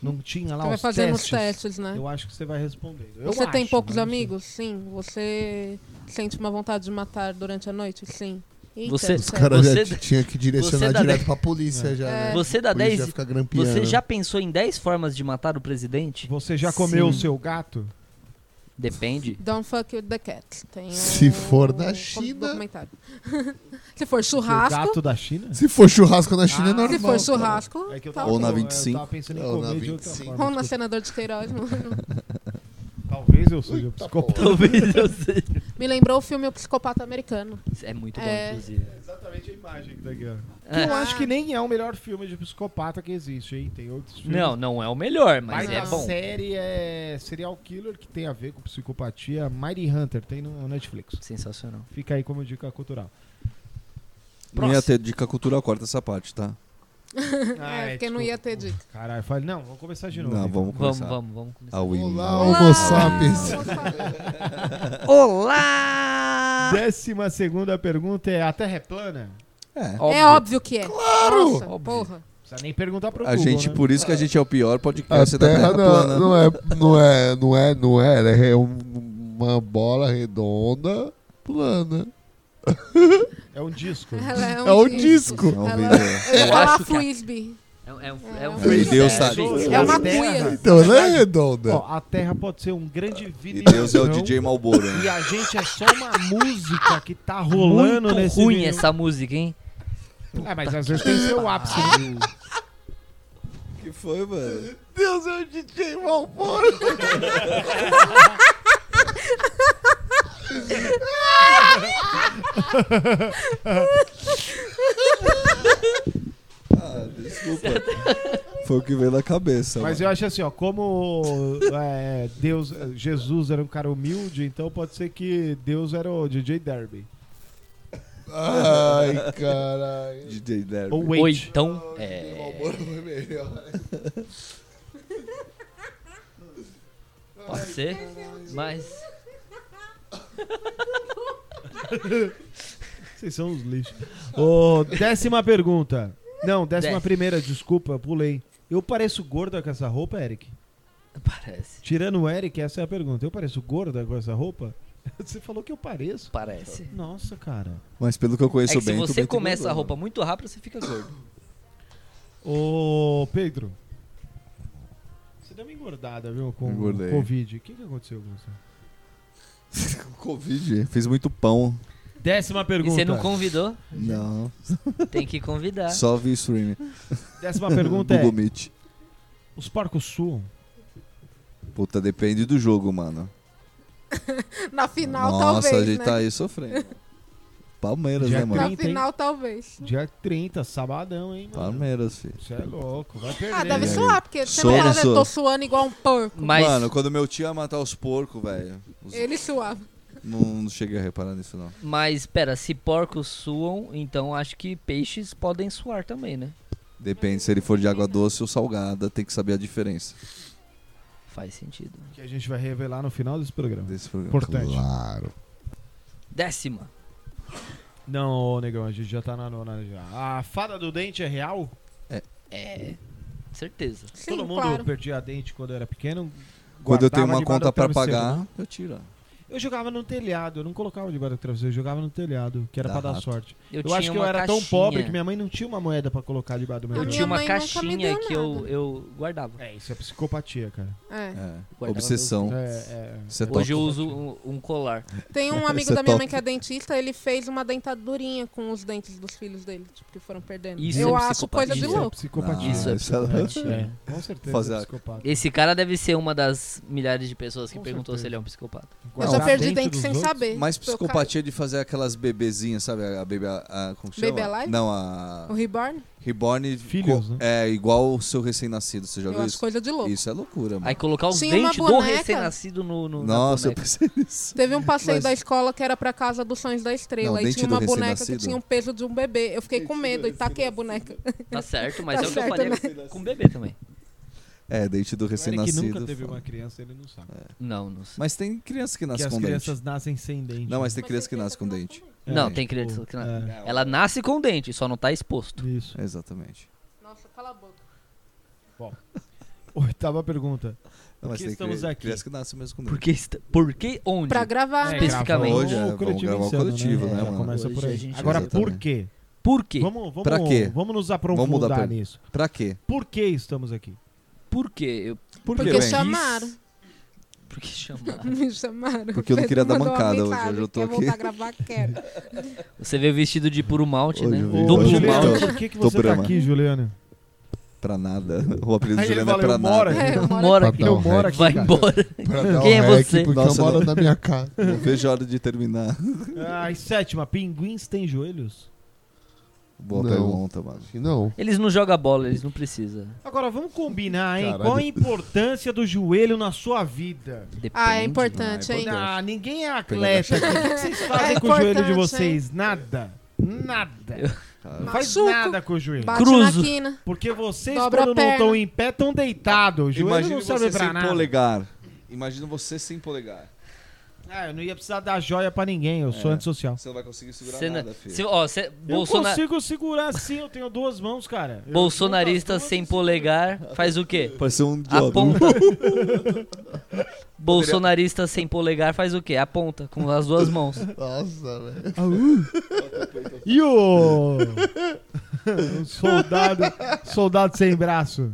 S1: Não tinha lá
S4: Você vai
S1: os
S4: fazendo os
S1: testes.
S4: testes, né?
S1: Eu acho que você vai responder. Eu
S4: Você tem
S1: acho,
S4: poucos
S1: né? Não sei.
S4: amigos? Sim. Você sente uma vontade de matar durante a noite? Sim. Eita,
S2: Você-
S4: do céu.
S6: cara
S2: Você
S6: já
S2: dá-
S6: tinha que
S2: você
S6: direcionar
S2: dá
S6: direto pra polícia já,
S1: É.
S6: né?
S2: Você dá
S6: A polícia
S2: 10.
S6: fica grampeando.
S2: Você já pensou em 10 formas de matar o presidente?
S1: Você já comeu o seu gato?
S2: Depende.
S4: Don't fuck with the cat. Tem
S6: Se
S4: um-
S6: for na
S4: um
S6: China-
S4: documentário. Se for
S1: O
S4: churrasco.
S1: gato da China?
S6: Se for churrasco na China,
S1: Ah,
S6: é normal.
S4: Se for churrasco,
S1: É que eu
S4: tá
S1: tava,
S3: Ou na
S1: eu
S3: 25.
S1: tava pensando em
S6: Ou na
S1: comer de outra
S6: 25.
S1: forma. tipo,
S4: Ou na senador de Queiroz, mano.
S1: Talvez eu seja um psicopata.
S2: Talvez eu seja.
S4: Me lembrou o filme O Psicopata Americano.
S2: É muito bom,
S4: É.
S2: inclusive.
S1: frente a imagem que tá aqui, ó. Que
S2: É.
S1: eu acho que nem é o melhor filme de psicopata que existe, hein? Tem outros filmes.
S2: Não, não é o melhor, mas
S1: Mas
S2: é
S1: a
S2: bom.
S1: série é Serial Killer, que tem a ver com psicopatia. Mighty Hunter, tem no Netflix.
S2: Sensacional.
S1: Fica aí como dica cultural.
S3: Não ia ter dica cultural, corta essa parte, tá?
S1: Ai,
S4: é, porque não
S1: Ah, desculpa.
S4: ia ter dica.
S1: Caralho, falei, não, vamos começar de novo. então.
S3: Não, vamos
S2: Vamos,
S3: começar.
S2: vamos, vamos começar.
S3: A Win.
S6: Olá, Homo sapiens.
S4: Ah.
S2: Olá!
S1: Décima segunda pergunta é, a Terra é plana?
S3: É.
S4: É óbvio que é. Claro! Nossa,
S2: Óbvio.
S4: porra.
S1: Não precisa nem perguntar pro
S3: A
S1: Google,
S3: gente,
S1: né?
S3: por isso que a gente é o pior
S6: A
S3: podcast da
S6: Terra não,
S3: Terra plana.
S6: não é, não é, não é, não é. Ela é um- uma bola redonda plana.
S1: É um disco.
S4: Ela é um,
S6: É um
S4: disco.
S6: disco.
S3: Não,
S4: Ela-
S3: velho.
S4: Eu ia
S2: Eu
S4: falar
S2: acho que a-
S4: frisbee.
S2: É, um- é um,
S4: É
S2: é um
S4: um
S3: E Deus
S2: freestyle.
S3: sabe.
S4: É uma
S1: Terra.
S4: cuia.
S6: Então ela é redonda.
S1: Ó, a Terra pode ser um grande
S3: E
S1: vídeo.
S3: Deus é o DJ Malboro. né?
S1: E a gente é só uma música que tá rolando
S2: Muito
S1: nesse
S2: ruim
S1: minuto.
S2: essa música, hein?
S1: É, mas às vezes tem seu ápice. né?
S3: que foi, mano?
S6: Deus é o DJ Malboro.
S3: Ah, desculpa. foi o que veio na cabeça.
S1: Mas eu acho assim, ó, como é, Deus, Jesus era um cara humilde, então pode ser que Deus era o DJ Derby.
S6: Ai, caralho.
S3: DJ Derby.
S1: Ou
S2: Ou
S1: Wait.
S2: então,
S6: DJ
S2: é,
S6: Malboro foi melhor.
S2: pode ser, mas...
S1: Vocês são uns lixos. Ô, décima pergunta. Não, décima
S2: Dez.
S1: primeira, desculpa, eu pulei. Eu pareço gorda com essa roupa, Eric?
S2: Parece,
S1: Tirando o Eric, essa é a pergunta. Eu pareço gorda com essa roupa? Você falou que eu pareço.
S2: parece.
S1: Nossa, cara.
S3: Mas pelo que eu
S2: É
S3: conheço
S2: que
S3: bem,
S2: se
S3: tu
S2: você
S3: bem tu
S2: começa a
S3: mandou,
S2: roupa muito rápido, você fica gordo.
S1: Ô, Pedro. Você deu uma engordada, viu, com
S3: Engordei.
S1: o Covid. O que, que aconteceu com você?
S3: mano. Covid, fiz muito pão.
S1: Décima
S2: E
S1: pergunta.
S2: você não convidou,
S3: Não,
S2: tem que convidar.
S3: só vi streaming.
S1: Décima pergunta é:
S3: Google Meet.
S1: Os porcos suam?
S3: Puta, depende do jogo, mano.
S4: Na final,
S3: Nossa, a
S4: talvez,
S3: gente
S4: né?
S3: tá aí sofrendo. Palmeiras,
S1: Já
S3: né, mano?
S4: Na
S1: Trinta, hein?
S4: final, talvez.
S1: Dia 30, sabadão, hein, mano?
S3: Palmeiras, filho.
S1: Você é louco, vai perder.
S4: Ah, deve
S3: E aí?
S4: suar, porque você
S3: Sua,
S4: não fala,
S3: não
S4: né,
S3: sua?
S4: tô suando igual um porco.
S2: Mas,
S3: Mano, quando meu tio ia matar os porcos, velho. os-
S4: Ele suava.
S3: Não, não cheguei a reparar nisso, não.
S2: mas pera, se porcos suam, então acho que peixes podem suar também, né?
S3: Depende se ele for de água doce ou salgada, tem que saber a diferença
S2: Faz sentido.
S1: Que a gente vai revelar no final desse programa.
S3: desse programa.
S1: Importante.
S6: Claro.
S2: Décima.
S1: Não, ô, negão, a gente já tá na nona já. A fada do dente é real?
S2: É, certeza.
S4: Sim,
S1: Todo mundo
S4: claro.
S1: perdia dente quando era pequeno.
S3: Quando eu
S1: guardava
S3: tenho uma
S1: debaixo
S3: conta
S1: do
S3: pra
S1: travesseiro.
S3: pagar, eu tiro.
S1: Eu jogava no telhado, eu não colocava debaixo do travesseiro, eu jogava no telhado, que era
S3: Dá
S1: pra dar
S3: rato.
S1: sorte.
S2: Eu,
S1: Eu,
S2: tinha
S1: acho que eu
S2: uma
S1: era
S2: caixinha.
S1: tão pobre que minha mãe não tinha uma moeda pra colocar debaixo do
S4: A
S1: meu
S2: Eu
S1: braço.
S2: tinha uma
S4: mãe nunca me
S2: caixinha
S4: deu
S2: que eu,
S4: nada.
S2: eu guardava.
S1: É, isso é psicopatia, cara.
S4: É.
S3: É.
S2: Guardava
S3: Obsessão.
S1: É, é.
S3: Você tá
S2: Hoje eu
S3: toca.
S2: uso um, um colar.
S4: Tem um amigo
S3: Você
S4: da minha
S3: toca.
S4: mãe que é dentista, ele fez uma dentadurinha com os dentes dos filhos dele, tipo, que foram perdendo.
S2: Isso
S4: eu
S2: é
S4: acho coisa de
S2: psicopatia.
S1: Isso é
S4: louco.
S3: Ah,
S1: psicopatia.
S2: Isso é
S1: psicopatia.
S2: psicopatia.
S1: É, com certeza.
S3: Fazer
S1: é
S3: a-
S1: psicopata.
S2: Esse cara deve ser uma das milhares de pessoas que
S1: Com
S2: perguntou
S1: certeza.
S2: se ele é um psicopata.
S4: Eu
S1: Guardar
S4: já perdi
S1: dentro
S4: dente
S1: dos
S4: sem
S1: outros?
S4: saber.
S3: Mais
S4: Tô ca-
S3: psicopatia de fazer aquelas bebezinhas, sabe? A bebê. A, como que chama?
S4: Baby Alive?
S3: Não, a.
S4: O reborn?
S3: Reborn.
S1: Filhos,
S3: co-
S1: né?
S3: É igual o seu recém-nascido. Você
S4: Eu
S3: joga
S4: acho
S3: isso?
S4: coisa de louco.
S3: Isso é loucura, mano.
S2: Aí colocar os
S4: Tinha uma
S2: dentes do
S4: boneca.
S2: recém-nascido no, no na
S3: Nossa, eu
S2: boneca.
S3: pensei nisso.
S4: Teve um passeio
S3: Mas-
S4: da escola que era pra casa dos sonhos da
S3: Não,
S4: estrela. e
S3: dente
S4: tinha
S3: do
S4: uma boneca que
S3: recém-nascido.
S4: tinha o peso de um bebê. Eu fiquei com medo e taquei a boneca.
S2: Tá certo, mas é
S4: Tá
S2: o que
S4: certo,
S2: eu faria com bebê também.
S3: É, dente do
S1: O Eric nunca
S3: recém-nascido.
S1: teve
S3: foda.
S1: uma criança, ele não sabe.
S2: Não, não sei.
S3: Mas tem criança que
S1: que
S3: nasce
S1: as
S3: com
S1: crianças
S3: dente.
S1: nascem sem dente. né?
S3: Não, mas tem criança que nasce com dente.
S1: É,
S2: não,
S3: é,
S2: tem criança
S1: tipo,
S2: que não. Ela nasce com dente, só não tá exposto.
S1: Isso.
S3: Exatamente.
S4: Nossa, cala a boca.
S1: Oitava pergunta.
S3: Não,
S1: Por
S3: mas
S1: que
S3: tem
S1: estamos
S3: criança,
S1: aqui?
S3: criança que nasce mesmo com dente.
S2: Por que, esta- por que onde?
S4: Pra gravar, né?
S2: Ah, Especificamente.
S3: Hoje é,
S1: O
S3: vamos
S1: coletivo
S3: gravar o
S1: insano,
S3: coletivo, né,
S1: Já
S3: mano?
S1: Começa
S2: Hoje
S1: por
S2: a
S1: aí.
S2: gente-
S1: Agora,
S3: Exatamente.
S1: por quê?
S2: Por quê?
S1: Vamos, vamos,
S3: Pra quê?
S1: Vamos nos
S3: Vamos mudar pra-
S1: aprofundar nisso.
S3: Pra quê?
S1: Por que estamos aqui?
S2: Por quê? Eu-
S3: Por
S4: Porque
S3: velho?
S4: chamaram.
S2: Por que chamar?
S4: Me chamaram.
S3: Porque eu não
S4: Fez-
S3: queria dar
S4: mandou uma
S3: mancada hoje,
S4: mensagem,
S3: hoje eu tô
S4: quer
S3: aqui.
S4: voltar a gravar, quero.
S2: Você veio vestido de puro malte,
S3: Hoje
S2: né?
S3: eu vi.
S1: Ô,
S3: Hoje
S2: Duplo
S3: eu vi.
S1: Juliano,
S2: malte.
S1: por que, que
S3: Tô
S1: você tá
S3: brama.
S1: aqui, Juliano?
S3: Pra nada. O apelido do
S1: Aí ele
S3: Juliano é
S1: fala,
S3: pra
S1: eu moro
S3: nada.
S1: aqui.
S4: É, eu moro
S2: Mora
S6: Pra
S2: aqui.
S6: dar um
S1: moro
S6: rec,
S1: aqui,
S2: Vai
S1: cara.
S2: embora.
S6: pra dar
S2: Quem
S6: um
S2: é
S6: rec,
S2: você?
S6: Porque
S3: Nossa,
S6: eu moro
S3: não.
S6: na minha casa.
S3: Não vejo a hora de terminar.
S1: Ah, e sétima, pinguins têm joelhos?
S3: Boa
S6: Não.
S3: pergunta, mano.
S6: Acho que não.
S2: Eles não jogam bola, eles não precisam.
S1: Agora vamos combinar, hein?
S6: Caralho.
S1: Qual a importância do joelho na sua vida?
S2: Depende.
S4: Ah, é importante,
S3: Ah, é
S4: hein?
S1: Ah, ninguém é atleta. O que que vocês fazem
S4: É
S1: com o joelho de
S4: importante,
S1: vocês? Nada. Nada. Não faz
S4: Machuco.
S1: nada com o joelho.
S4: Bate
S2: Cruzo.
S4: na quina.
S1: Porque vocês,
S4: Dobra a
S1: quando não
S4: perna.
S1: estão em pé, estão deitados. O joelho
S3: Imagina
S1: não
S3: você
S1: serve pra
S3: sem
S1: nada.
S3: polegar. Imagina você sem polegar.
S1: Ah, eu não ia precisar dar joia pra ninguém. Eu sou antissocial.
S3: Você não vai conseguir segurar
S2: Cê não-
S3: nada, filho.
S2: se- ó, cê- Bolsona-
S1: Eu consigo segurar sim, eu tenho duas mãos, cara. Eu-
S2: Bolsonarista
S1: duas-
S2: sem polegar faz o quê?
S3: Pareceu um
S2: Aponta. Bolsonarista sem polegar faz o quê? Aponta com as duas mãos.
S6: Nossa, velho.
S1: Ah, uh. E o. o soldado, soldado sem braço.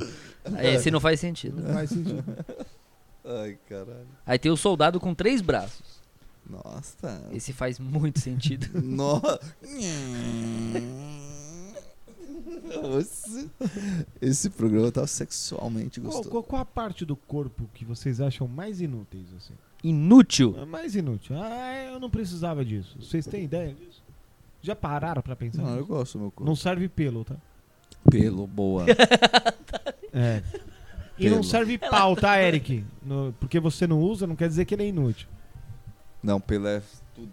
S3: É.
S2: Esse não faz sentido.
S1: Faz sentido.
S3: Ai, caralho.
S2: Aí tem o soldado com três braços.
S3: Nossa.
S2: Esse faz muito sentido.
S3: Nossa. Nossa. Esse programa tá sexualmente
S1: Qual,
S3: gostoso.
S1: qual- qual a parte do corpo que vocês acham mais inúteis, assim?
S2: Inútil.
S1: É Mais inútil. Ah, eu não precisava disso. Vocês têm ideia disso? Já pararam pra pensar?
S3: Não, eu
S1: nisso?
S3: gosto do meu corpo.
S1: Não serve pelo, tá?
S3: Pelo, boa.
S1: É. E
S3: Pelo.
S1: não serve pau, tá, Eric? No- porque você não usa, não quer dizer que ele é inútil.
S3: Não, pelo é tudo.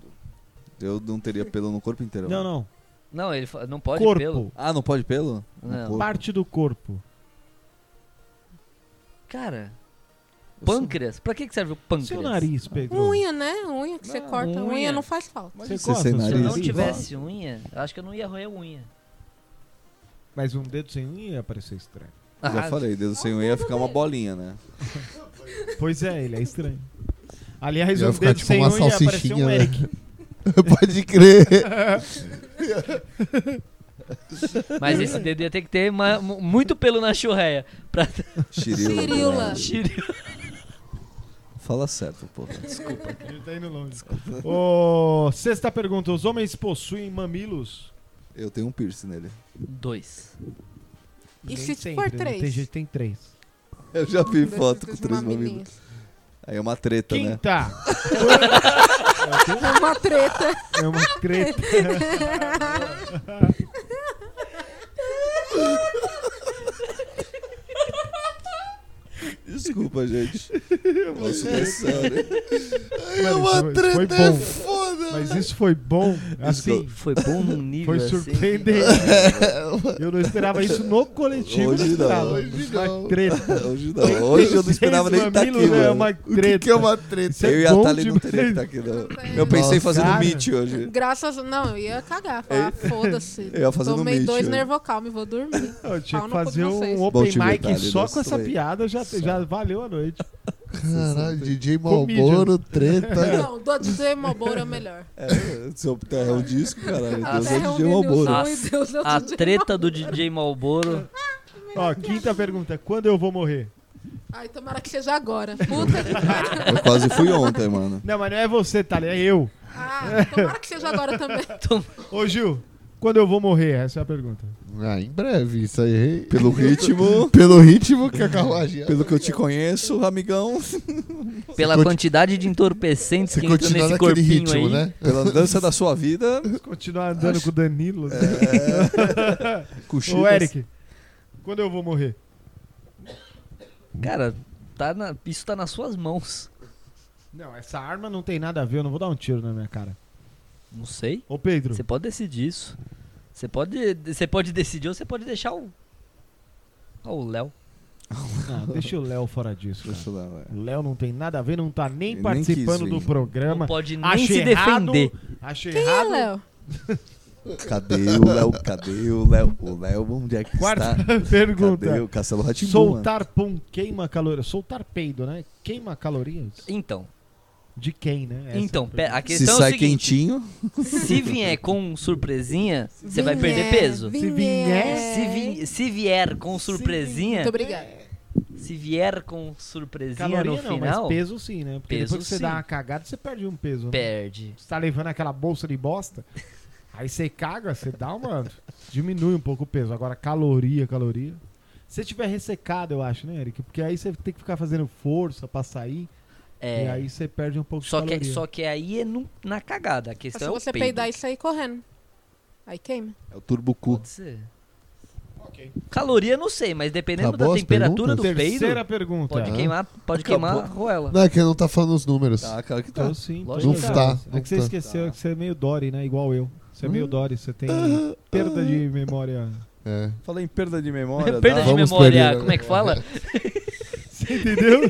S3: Eu não teria pelo no corpo inteiro.
S1: Não, não.
S2: Não, ele fa- não pode
S1: corpo.
S2: pelo.
S3: Ah, não pode pelo? No
S2: Não.
S3: corpo?
S1: Parte do corpo.
S2: Cara,
S3: Eu sou-
S2: pâncreas. Pra que que serve o pâncreas?
S1: Seu nariz, Pedro.
S4: Unha, né? Unha que você
S3: Não,
S4: corta. Unha.
S2: unha.
S4: não faz falta.
S3: Imagina
S1: Você
S3: você
S1: gosta
S3: sem
S1: do seu
S2: Se eu
S3: nariz.
S2: não
S1: Nariz.
S2: tivesse unha, eu acho que eu não ia roer unha.
S1: Mas um dedo sem unha ia parecer estranho.
S2: Ah,
S3: Já falei, dedo sem unha ia ficar uma bolinha, né?
S1: Pois é, ele é estranho. Aliás,
S6: Ia
S1: um
S6: ficar
S1: dedo
S6: tipo
S1: sem
S6: uma
S1: unha ia parecer
S6: salsichinha,
S1: um
S6: né?
S1: Eric.
S6: Pode crer.
S2: Mas esse dedo ia ter que ter ma- mu- muito pelo na churreia. Pra...
S3: Chirila.
S4: Chirila.
S3: né? Fala certo, porra. Desculpa.
S1: Ele tá indo longe. Ô, sexta pergunta. Os homens possuem mamilos?
S3: Eu tenho um piercing nele.
S2: Dois.
S4: E
S1: Nem
S4: se
S1: sempre,
S4: for
S1: né?
S4: três?
S1: Tem gente que tem três.
S3: Eu já vi
S4: Desses
S3: foto com
S4: dois
S3: três mamilos.
S4: mamilinhos.
S3: Aí é uma treta, né?
S1: Quinta.
S4: É uma treta.
S1: É uma treta.
S3: Desculpa, gente. Tô super sério. né?
S1: É uma treta é foda. Mas isso foi bom. Assim,
S2: Foi bom num nível
S1: foi
S2: assim.
S1: surpreendente. Eu não esperava isso no coletivo.
S3: Hoje
S1: eu esperava.
S3: não,
S1: é
S6: hoje
S1: Uma
S6: não.
S1: treta.
S3: Hoje não. Hoje eu não esperava nem estar aqui,
S1: Mamilos é
S3: mano.
S1: uma
S6: O que,
S1: treta.
S6: que é uma treta?
S1: Isso é
S3: eu e a
S1: bom
S3: Thalia não
S1: demais.
S3: teria que estar aqui, não.
S4: Não
S3: Eu pensei em
S6: Nossa,
S3: fazer um
S1: cara.
S3: meet hoje.
S4: Graças. Não, eu ia cagar. Falar, foda-se.
S3: É. Eu ia fazer no
S4: Tomei
S3: meet,
S4: dois
S3: eu-
S4: nervocalme, vou dormir.
S1: Eu tinha
S4: Pau no cu
S1: que
S4: de
S1: fazer
S4: vocês.
S1: um
S3: Bom
S1: open
S3: time,
S1: mic
S3: Itália,
S1: só com essa
S3: gostei.
S1: piada, já, já valeu a noite.
S6: Caralho, DJ
S1: Comedian.
S6: Malboro, treta.
S4: Não, do DJ Malboro é o melhor.
S3: É, seu terra é um disco, caralho.
S4: A
S3: Deus é
S4: terra um
S3: o DJ
S4: humilha os
S3: Malboro.
S2: Ah,
S4: homens, Deus é o
S2: A
S4: DJ
S2: treta do DJ Malboro.
S1: Ó, quinta pergunta. Quando eu vou morrer?
S4: Ai, tomara que seja agora. Puta que pariu.
S3: Eu quase fui ontem, mano.
S1: Não, mas não é você, Thalia, é eu.
S4: Ah, tomara que seja agora também.
S2: Tá
S1: Ô, Gil, quando eu vou morrer? Essa é a pergunta.
S6: Ah, em breve, isso aí.
S3: Pelo ritmo,
S6: Pelo ritmo que a carruagem é.
S3: pelo que eu te conheço, amigão.
S2: Pela
S6: conti-
S2: quantidade de entorpecentes
S6: Você
S2: que entram
S6: continua
S2: nesse
S6: naquele
S2: corpinho
S6: ritmo,
S2: aí.
S6: né?
S3: Pela dança da sua vida.
S1: Continuar andando com o Danilo. Né?
S3: É,
S1: É.
S3: Cochilas.
S1: Ô,
S3: assim.
S1: Eric, quando eu vou morrer?
S2: Cara, tá na- isso tá nas suas mãos.
S1: Não, essa arma não tem nada a ver, eu não vou dar um tiro na minha cara.
S2: Não sei.
S1: Ô, Pedro,
S2: Você pode decidir isso. Você pode, você pode decidir ou você pode deixar o. Ó, o Léo.
S1: não, deixa o Léo fora disso. cara.
S3: Deixa eu dar, vai.
S1: O Léo não tem nada a ver, não tá nem
S3: Ele nem
S1: participando
S3: quis
S1: do
S3: vir.
S1: programa.
S2: Não pode nem
S1: Acho
S2: se
S1: errado,
S2: defender.
S1: Acho
S4: Quem é,
S1: errado.
S4: Léo?
S3: Cadê o Léo? Cadê o Léo? O Léo, onde é que
S1: Quarta
S3: está?
S1: pergunta.
S3: Cadê o Castelo Ratimbu?
S1: Soltar pum queima calorias. Soltar peido, né? Queima calorias?
S2: Então,
S1: De quem, né? Essa é
S2: então,
S1: a
S2: pe-
S1: pergunta.
S2: a
S3: Se
S2: questão é o
S3: sai
S2: seguinte,
S3: quentinho,
S2: se vier com surpresinha, você vai perder
S4: Vinhé,
S2: peso. É.
S1: Se
S4: vinhé.
S2: Se, vi- se vier com
S4: Muito
S2: surpresinha,
S4: obrigada.
S2: se vier com surpresinha
S1: Caloria
S2: no
S1: não,
S2: final,
S1: mas peso sim, né? Porque
S2: Peso
S1: depois que você
S2: sim.
S1: dá uma cagada, você perde um peso. né?
S2: perde.
S1: Você tá levando aquela bolsa de bosta, aí você caga, você dá uma... diminui um pouco o peso. Agora, caloria, caloria... Se tiver ressecado, eu acho, né, Eric? Porque aí você tem que ficar fazendo força pra sair,
S2: É.
S1: e aí você perde um pouco
S2: só
S1: de
S2: que
S1: caloria.
S2: só que aí é no- na cagada, a
S4: Mas
S2: questão
S4: Se
S2: é o
S4: você
S2: peido.
S4: peidar e sair correndo. Aí queima.
S3: É o turbucu.
S2: Pode ser.
S1: Ok.
S2: Caloria não sei, mas dependendo
S6: Acabou
S2: da
S6: as
S2: temperatura do peido,
S1: Terceira pergunta.
S2: pode queimar, pode
S3: Acabou.
S2: queimar a roela.
S6: Não, é que ele não tá falando os números.
S3: Tá, claro que tá.
S1: Então sim.
S2: Lógico
S1: pode
S2: que
S1: ser.
S6: tá,
S1: É
S6: não
S1: que você
S6: tá.
S1: esqueceu, é que você é meio Dory, né? Igual eu. Você é meio
S6: Hum.
S1: Dory, você tem perda de memória.
S6: É.
S7: Falei em perda de memória.
S2: Perda
S3: tá?
S7: dá-
S2: de
S6: Vamos
S2: memória,
S6: perder.
S2: como é que fala?
S1: Você entendeu?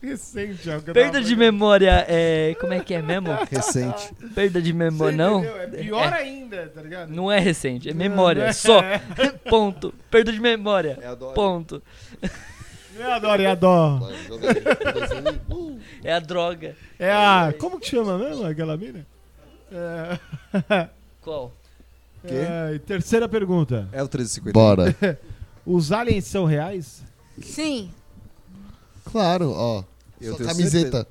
S1: Recente, é o que eu
S2: Perda
S1: tava
S2: de
S1: falando.
S2: memória é. Como é que é mesmo?
S3: Recente.
S2: Perda de
S1: Você
S2: memória, não?
S1: entendeu? É pior
S2: É.
S1: ainda, tá ligado?
S2: Não é recente, é memória.
S1: Não, não
S2: Só.
S1: é.
S2: Ponto. Perda de memória.
S7: É a Dória.
S2: Ponto.
S1: Não é a Dory, é a Dó.
S3: Vai, joga aí.
S2: É a droga.
S1: É a. Como que chama mesmo aquela mina? É.
S2: Qual?
S3: Quê?
S1: É, e terceira pergunta.
S3: É o 1350.
S6: Bora.
S1: Os aliens são reais?
S4: Sim.
S6: Claro, ó.
S3: Eu
S6: Sua
S3: tenho
S6: camiseta.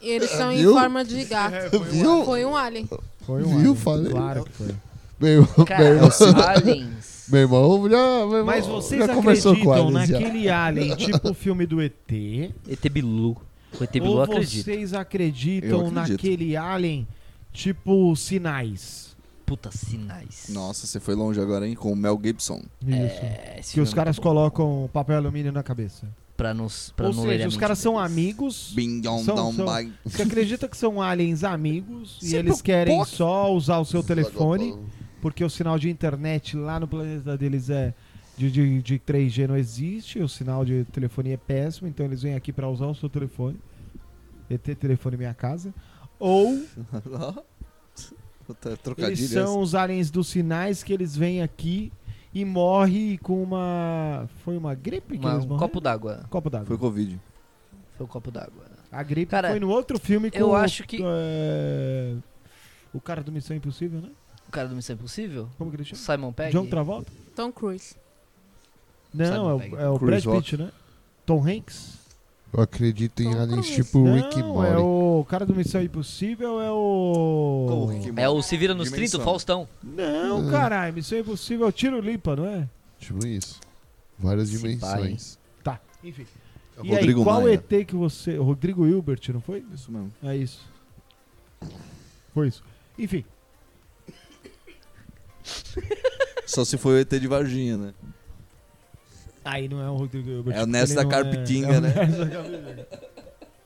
S4: E eles são em
S6: Viu?
S4: forma de gato.
S6: Viu?
S4: Foi um alien.
S1: Foi
S6: Viu?
S1: alien,
S6: Falei.
S1: Claro que foi.
S6: Meu, meu,
S2: Cara, aliens.
S6: meu irmão já. Meu irmão,
S1: Mas vocês
S6: já conversou
S1: acreditam
S6: com aliens já.
S1: naquele alien, tipo o filme do ET?
S2: ET Bilu. O ET Bilu
S1: ou
S2: acredita.
S1: vocês
S3: Eu
S1: acreditam
S3: acredito.
S1: naquele alien, tipo sinais?
S2: Puta sinais.
S3: Nossa, você foi longe agora, hein? Com o Mel Gibson.
S1: Isso.
S2: É, esse
S1: que
S2: filme
S1: os
S2: é
S1: caras
S2: muito bom.
S1: colocam papel alumínio na cabeça.
S2: Pra nos. Pra
S1: Ou
S2: não ler é
S1: seja,
S2: a
S1: os
S2: mente
S1: caras são
S2: deles.
S1: amigos.
S3: Bing, dong,
S1: São-
S3: dong,
S1: são-
S3: bang.
S1: Você acredita que são aliens amigos e
S3: Sempre
S1: eles
S3: um
S1: querem
S3: pouco.
S1: só usar o seu telefone? porque o sinal de internet lá no planeta deles é de, de, de 3G não existe, o sinal de telefonia é péssimo, então eles vêm aqui pra usar o seu telefone. ET telefone minha casa. Ou
S3: Puta,
S1: eles
S3: Trocadilho
S1: são os aliens dos sinais que eles vêm aqui e morre com uma foi uma gripe que
S2: Uma-
S1: eles
S2: um
S1: morreram?
S2: copo d'água.
S1: Copo
S3: essa.
S1: d'água.
S3: Foi Covid.
S2: Foi o copo d'água.
S1: A gripe
S2: Cara,
S1: foi no outro filme com
S2: eu
S1: o-
S2: acho que-
S1: é, o cara do Missão Impossível, né?
S2: O cara do Missão Impossível?
S1: Como que ele
S2: O
S1: chama?
S2: Simon Pegg?
S1: John Travolta?
S4: Tom Cruise.
S1: Não, é
S2: Pegg.
S1: o, é o Brad
S3: Chris
S1: Pitt, né? Tom Hanks?
S6: Eu acredito em
S4: Tom
S6: aliens
S4: Cruise.
S6: tipo
S1: Então, não,
S6: Rick Mori.
S1: é o cara do Missão Impossível, é o...
S2: É o Se Vira nos
S3: Dimensão.
S2: 30, o Faustão.
S1: Não,
S6: Ah.
S1: caralho, Missão Impossível é o Tiro Limpa, não é?
S6: Tipo isso. Várias
S2: Se
S6: dimensões.
S1: Tá, enfim.
S3: É o
S1: E aí,
S3: Rodrigo
S1: qual
S3: Maia.
S1: ET que você... o Rodrigo Hilbert, não foi?
S3: Isso mesmo.
S1: É isso. Foi isso. Enfim,
S3: Só se foi o ET de Varginha, né?
S1: aí não é o Rodrigo Hilbert.
S3: É o
S1: porque
S3: Ness
S1: ele
S3: da
S1: não
S3: Carpitinga,
S1: é o
S3: né?
S1: Ness da Carpitinga.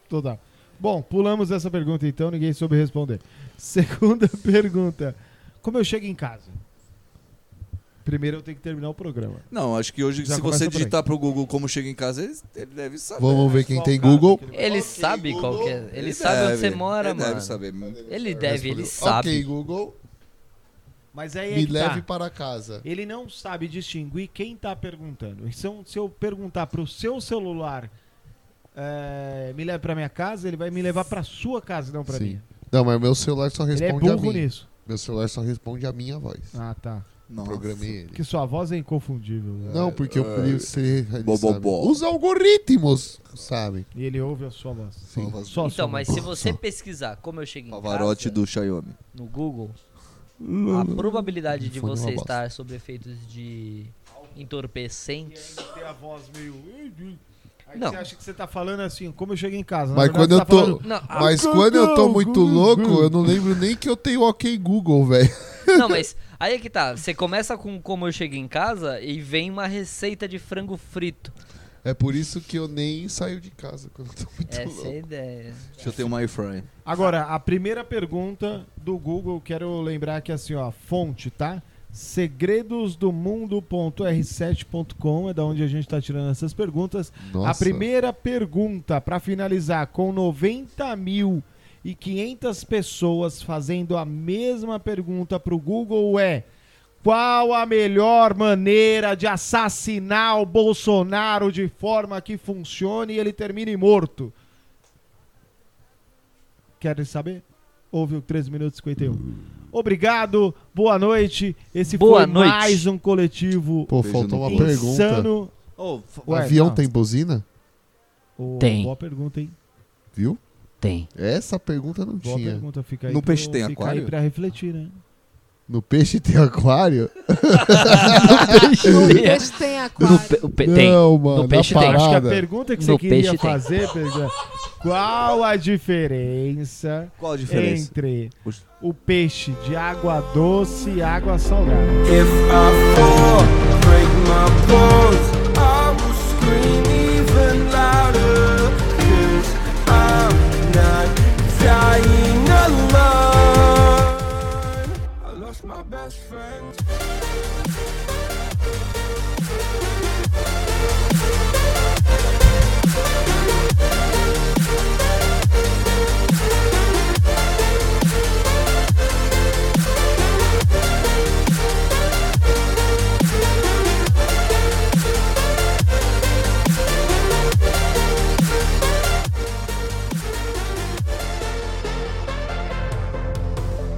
S1: Total. Bom, pulamos essa pergunta então, ninguém soube responder. Segunda pergunta. Como eu chego em casa? Primeiro eu tenho que terminar o programa.
S3: Não, acho que hoje,
S1: Já
S3: se
S1: começa
S3: você
S1: por aí.
S3: digitar pro Google como chega em casa, ele, ele deve saber.
S6: Vamos ver quem
S1: Qual
S6: tem
S1: cara
S6: Google.
S1: que ele vai-
S2: Ele sabe qual que é. Ele, sabe onde você
S3: deve,
S2: mora,
S3: ele
S2: mano.
S3: deve saber.
S2: Ele deve, ele
S6: Respondeu.
S2: sabe.
S6: Ok, Google,
S1: Mas aí é
S6: me
S1: que
S6: leve
S1: tá.
S6: para casa.
S1: Ele não sabe distinguir quem tá perguntando. Então, se eu perguntar pro seu celular, eh, me leve pra minha casa, ele vai me levar pra sua casa, não pra
S6: Sim.
S1: minha.
S6: Não, mas meu celular só
S1: Ele é
S6: responde a
S1: burro
S6: mim.
S1: nisso.
S6: Meu celular só responde a minha voz.
S1: Ah, tá.
S3: Nossa.
S6: Programei ele.
S1: Porque sua voz é inconfundível. né?
S6: Não, porque eu
S3: Ai.
S6: você, ele
S3: Bobobó.
S6: sabe. Os algoritmos sabem.
S1: E ele ouve a sua voz.
S6: Sim.
S3: Novas-
S1: Só um a sua
S2: Então, mas
S1: voz.
S2: se você pesquisar como eu cheguei em
S3: Pavarotti
S2: casa
S3: do Xiaomi.
S2: no Google, a probabilidade de
S6: Foi uma
S2: você
S6: bosta.
S2: estar sob efeitos de entorpecentes.
S1: Tem a voz meio... Aí
S2: Não.
S1: você acha que você tá falando assim, como eu cheguei em casa. Na
S6: Mas
S1: verdade,
S6: quando
S1: você
S6: eu
S1: tá
S6: tô-
S1: falando,
S2: Não, ah, a-
S6: Mas
S1: Google,
S6: quando eu tô muito
S1: Google.
S6: louco, eu não lembro nem que eu tenho OK Google, velho.
S2: não, mas aí é que tá. Você começa com como eu cheguei em casa e vem uma receita de frango frito.
S6: É por isso que eu nem saio de casa quando eu tô muito
S2: Essa é a
S6: louco.
S2: ideia.
S3: Deixa eu ter uma iFry.
S1: Agora, a primeira pergunta do Google, quero lembrar que assim, ó, fonte, tá? segredosdomundo.r7.com é da onde a gente tá tirando essas perguntas.
S6: Nossa.
S1: A primeira pergunta, pra finalizar, com 90 mil e 500 pessoas fazendo a mesma pergunta pro Google é qual a melhor maneira de assassinar o Bolsonaro de forma que funcione e ele termine morto? Querem saber? Ouve o 13 minutos e 51. Obrigado, boa noite. Esse
S2: Boa
S1: foi
S2: noite.
S1: mais um coletivo
S6: Pô,
S3: Beijo
S6: faltou
S3: no
S6: uma
S3: cu.
S6: pergunta.
S1: insano.
S3: Oh, f-
S6: O
S1: Ué,
S6: avião
S1: não.
S6: tem buzina?
S1: Ô,
S2: Tem.
S1: Boa pergunta, hein?
S6: Viu?
S2: Tem.
S6: Essa pergunta não
S1: Boa
S6: tinha.
S1: pergunta, fica aí.
S3: No
S1: pro-
S3: peixe tem
S1: fica
S3: aquário?
S1: aí pra refletir, né?
S6: No peixe tem aquário?
S4: O peixe tem
S2: é.
S4: aquário.
S2: No pe- o pe- tem.
S6: Não, mano.
S2: peixe
S6: na
S2: tem. é
S3: Ah,
S1: Acho que a
S6: parada.
S1: pergunta que
S2: No
S1: você queria
S2: peixe tem.
S1: fazer, Pedro, é Qual a diferença
S3: Qual a diferença?
S1: entre
S3: Puxa.
S1: o peixe de água doce e água salgada?
S7: If I fall, break my bones, I will scream even louder. Cause I'm not dying alone. I lost my best friend.